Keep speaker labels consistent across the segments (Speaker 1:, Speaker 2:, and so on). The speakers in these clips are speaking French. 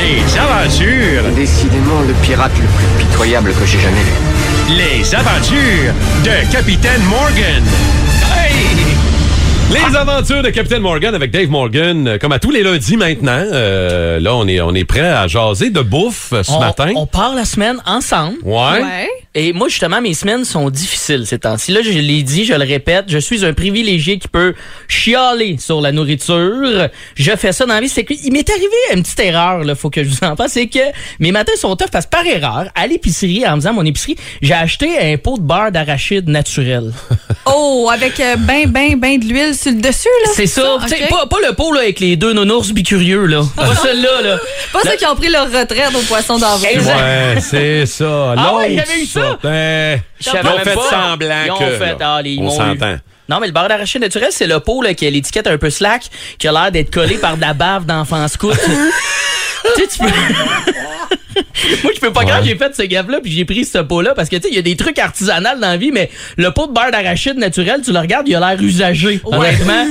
Speaker 1: bien sûr,
Speaker 2: Décidément le pirate le plus pitoyable que j'ai jamais vu.
Speaker 1: les aventures de Capitaine Morgan.
Speaker 3: Les aventures de Capitaine Morgan avec Dave Morgan, euh, comme à tous les lundis maintenant. Euh, là, on est, on est prêt à jaser de bouffe euh, ce
Speaker 4: on,
Speaker 3: matin.
Speaker 4: on part la semaine ensemble.
Speaker 3: Ouais.
Speaker 5: Ouais.
Speaker 4: Et moi, justement, mes semaines sont difficiles ces temps-ci. Là, je l'ai dit, je le répète, je suis un privilégié qui peut chialer sur la nourriture. Je fais ça dans la vie. C'est que- il m'est arrivé une petite erreur, là, faut que je vous en passe. C'est que mes matins sont tough parce que par erreur, à l'épicerie, en faisant mon épicerie, j'ai acheté un pot de beurre d'arachide naturel.
Speaker 5: Oh, avec euh, ben, ben, ben de l'huile sur le dessus, là.
Speaker 4: C'est ça.
Speaker 5: ok.
Speaker 4: Tu sais, Pas, pas le pot, là, avec les deux nounours bicurieux, là. Pas celui-là, là.
Speaker 5: Pas ceux qui ont pris leur retraite au poisson d'avril.
Speaker 4: Exact.
Speaker 3: Ouais, c'est ça.
Speaker 4: Ah
Speaker 3: L'autre
Speaker 4: ouais, il y avait eu ça?
Speaker 3: sorte, hein.
Speaker 4: Je savais
Speaker 3: Ils ont
Speaker 4: même
Speaker 3: fait
Speaker 4: pas.
Speaker 3: semblant
Speaker 4: Ils ont
Speaker 3: que,
Speaker 4: fait,
Speaker 3: là,
Speaker 4: ah, les- ils
Speaker 3: on
Speaker 4: m'ont
Speaker 3: s'entend.
Speaker 4: eu. Non, mais le beurre d'arachide naturel, c'est le pot là, qui a l'étiquette un peu slack, qui a l'air d'être collé par de la bave d'enfant scout. tu sais, tu peux... Moi, je peux pas quand j'ai fait ce gaffe-là, puis j'ai pris ce pot-là, parce que, tu sais, il y a des trucs artisanales dans la vie, mais le pot de beurre d'arachide naturel, tu le regardes, il a l'air usagé, honnêtement. Tu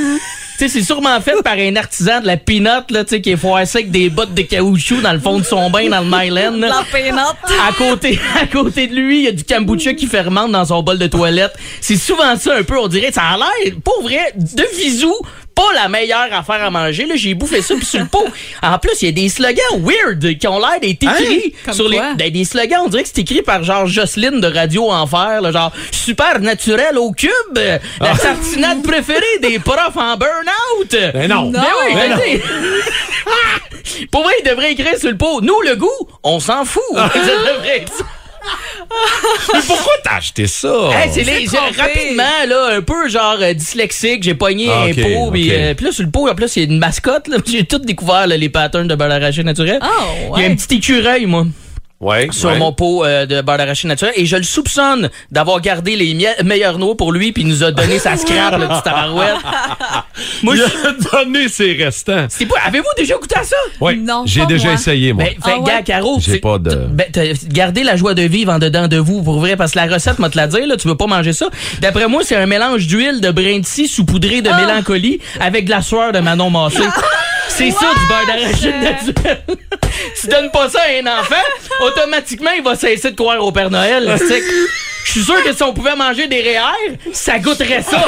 Speaker 4: sais, c'est sûrement fait par un artisan de la pinotte, là, tu sais, qui est foissé avec des bottes de caoutchouc dans le fond de son bain, dans le Myland. là.
Speaker 5: La pénante.
Speaker 4: À côté, à côté de lui, il y a du kombucha qui fermente dans son bol de toilette. C'est souvent ça un peu, on dirait. Ça a l'air, pour vrai, de visou, pas la meilleure affaire à manger. Là, j'ai bouffé ça puis sur le pot. En plus, il y a des slogans weird qui ont l'air d'être écrits
Speaker 5: Hein?
Speaker 4: sur
Speaker 5: Comme
Speaker 4: les.
Speaker 5: quoi?
Speaker 4: ben, des slogans, on dirait que c'est écrit par genre Jocelyne de Radio Enfer, là, genre super naturel au cube, euh, la tartinade préférée des profs en burn-out.
Speaker 3: Ben non.
Speaker 4: Ben oui,
Speaker 3: Ben non.
Speaker 4: vas-y. Pour moi, il devrait écrire sur le pot. Nous, le goût, on s'en fout. Ça devrait être ça.
Speaker 3: Mais pourquoi t'as acheté ça?
Speaker 4: Hey, c'est les- c'est
Speaker 5: trompé.
Speaker 4: rapidement, là, un peu genre euh, dyslexique. J'ai pogné
Speaker 3: Ah,
Speaker 4: un
Speaker 3: ok,
Speaker 4: pot. Puis
Speaker 3: ok.
Speaker 4: euh, puis là, sur le pot, en plus, il y a une mascotte. là. J'ai tout découvert là, les patterns de beurre d'arachide naturel.
Speaker 5: Ah, ouais.
Speaker 4: Il y a un petit écureuil, moi,
Speaker 3: ouais,
Speaker 4: sur
Speaker 3: ouais.
Speaker 4: mon pot euh, de beurre d'arachide naturel. Et je le soupçonne d'avoir gardé les mie- meilleures noix pour lui, puis il nous a donné sa scrap, le petit tabarouette. moi,
Speaker 3: Il
Speaker 4: je-
Speaker 3: a donné ses restants.
Speaker 4: c'est pas... Avez-vous déjà goûté à ça?
Speaker 3: Ouais,
Speaker 5: Non,
Speaker 3: j'ai
Speaker 5: pas
Speaker 3: déjà
Speaker 5: moi.
Speaker 3: essayé, moi.
Speaker 4: Ben, fait,
Speaker 5: Ah ouais?
Speaker 4: gars, Caro,
Speaker 3: J'ai
Speaker 4: c'est-
Speaker 3: pas de-
Speaker 4: t- ben, t'as- gardez la joie de vivre en dedans de vous, pour vrai, parce que la recette, moi te la dire, là, tu veux pas manger ça. D'après moi, c'est un mélange d'huile de brin de scie saupoudré
Speaker 5: Ah!
Speaker 4: de mélancolie avec de la sueur de Manon Massé. C'est ça du beurre d'arachide naturel. tu donnes pas ça à un enfant, automatiquement, il va cesser de croire au Père Noël. là, c'est que- Je suis sûr que si on pouvait manger des REER, ça goûterait ça.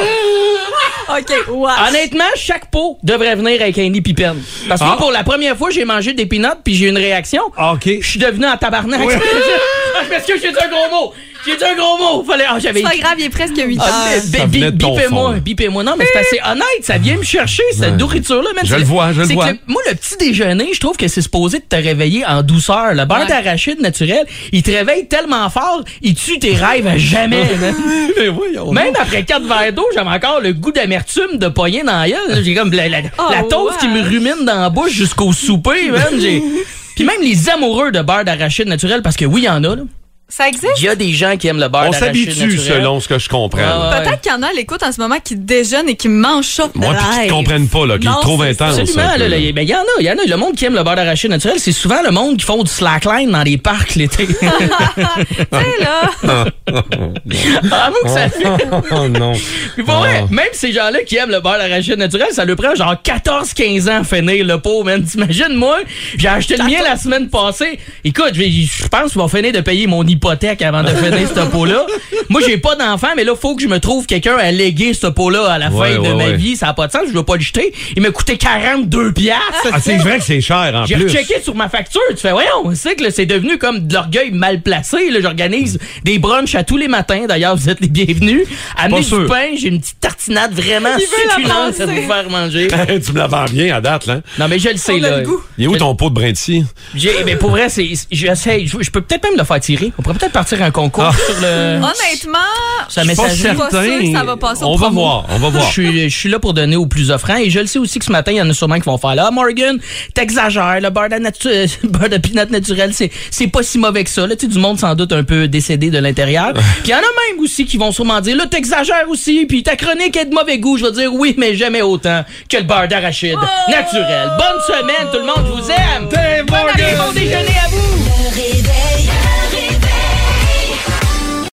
Speaker 5: OK, wow.
Speaker 4: Honnêtement, chaque pot devrait venir avec un épipène. Parce que moi,
Speaker 3: Ah.
Speaker 4: pour la première fois, j'ai mangé des peanuts puis j'ai eu une réaction.
Speaker 3: OK.
Speaker 4: Je suis devenu en tabarnak. Ah, Parce que j'ai dit un gros mot. J'ai dit un gros mot. Fallait. Ah, j'avais.
Speaker 5: C'est pas grave, il est presque 8
Speaker 4: Ah,
Speaker 5: heures.
Speaker 4: bi-
Speaker 3: Ça
Speaker 4: bi-
Speaker 3: venait de ton
Speaker 4: Bipez-moi,
Speaker 3: fond.
Speaker 4: bipez-moi. Non, mais c'est assez honnête, ça vient me chercher, cette nourriture-là. man.
Speaker 3: Je
Speaker 4: C'est-
Speaker 3: le vois, je le
Speaker 4: c'est que
Speaker 3: vois.
Speaker 4: moi, le petit déjeuner, je trouve que c'est supposé de te réveiller en douceur. Le beurre
Speaker 5: Ouais.
Speaker 4: d'arachide naturel, il te réveille tellement fort, il tue tes rêves à jamais. man.
Speaker 3: Ben voyons.
Speaker 4: Même après quatre verres d'eau, j'avais encore le goût d'amertume de poignet dans la gueule. J'ai comme la, la, la
Speaker 5: Oh,
Speaker 4: toast qui me
Speaker 5: ouais.
Speaker 4: rumine dans la bouche jusqu'au souper, man. J'ai- Puis même les amoureux de beurre d'arachide naturel, parce que oui, il y en a, là.
Speaker 5: Ça existe?
Speaker 4: Il y a des gens qui aiment le beurre
Speaker 3: On
Speaker 4: d'arachide naturel.
Speaker 3: s'habitue selon ce que je comprends. là.
Speaker 4: Ah ouais.
Speaker 5: Peut-être qu'il y en a à l'écoute en ce moment qui déjeunent et qui mangent ça.
Speaker 3: Moi, puis qu'ils te comprennent pas, là, qu'ils
Speaker 5: Non,
Speaker 3: le trouvent
Speaker 5: c'est-
Speaker 3: intense.
Speaker 4: Absolument,
Speaker 3: un peu,
Speaker 4: là,
Speaker 3: là.
Speaker 4: là, y- ben, y en a, y en a. Le monde qui aime le beurre d'arachide naturel, c'est souvent le monde qui font du slackline dans les parcs l'été.
Speaker 5: Tu sais, là.
Speaker 4: Avoue que ça fait.
Speaker 3: Oh non.
Speaker 4: Puis pour vrai, même ces gens-là qui aiment le beurre d'arachide naturel, ça lui prend genre 14-15 ans à finir le pot, man. T'imagines, moi, j'ai acheté le mien la semaine passée. Écoute, je vais- je pense qu'ils vont finir de payer mon hypothèque avant de finir ce pot-là. Moi, j'ai pas d'enfant, mais là, faut que je me trouve quelqu'un à léguer ce pot-là à la
Speaker 3: Ouais,
Speaker 4: fin de
Speaker 3: ouais,
Speaker 4: ma
Speaker 3: ouais.
Speaker 4: vie. Ça n'a pas de sens, je veux pas le jeter. Il m'a coûté 42 piastres.
Speaker 3: Ah, c'est vrai que c'est cher en
Speaker 4: J'ai
Speaker 3: plus.
Speaker 4: rechecké sur ma facture. Tu fais, voyons, c'est que là, c'est devenu comme de l'orgueil mal placé. là. J'organise des brunchs à tous les matins. D'ailleurs, vous êtes les bienvenus. Amenez du
Speaker 3: sûr.
Speaker 4: pain. J'ai une petite tartinade vraiment
Speaker 5: Il veut la
Speaker 4: succulente à
Speaker 5: passer.
Speaker 4: vous faire manger.
Speaker 3: tu me la vends bien à date, là.
Speaker 4: Non, mais je le sais,
Speaker 5: On a
Speaker 4: là.
Speaker 5: le goût.
Speaker 3: Il est où ton pot de brin de scie?
Speaker 4: J'ai- mais pour vrai, c'est, j'essaie. Je, je peux peut-être même le faire tirer. On pourrait peut-être partir un concours sur le.
Speaker 5: Honnêtement,
Speaker 4: Ça
Speaker 3: Je Ah. suis pas
Speaker 4: messagerie.
Speaker 5: Pas sûr que ça va passer au
Speaker 3: on va
Speaker 5: promo.
Speaker 3: voir, on va voir.
Speaker 4: Je suis, je suis là pour donner aux plus offrants et je le sais aussi que ce matin, il y en a sûrement qui vont faire là. Ah, Morgan, t'exagères, le beurre de, natu- euh, beurre de peanut naturel, c'est, c'est pas si mauvais que ça. Là, tu sais, du monde sans doute un peu décédé de l'intérieur. puis il y en a même aussi qui vont sûrement dire là, t'exagères aussi, puis ta chronique est de mauvais goût. Je vais dire oui, mais jamais autant que le beurre d'arachide naturel. Bonne semaine, tout le monde, je vous aime. Bon, allez, bon déjeuner à vous.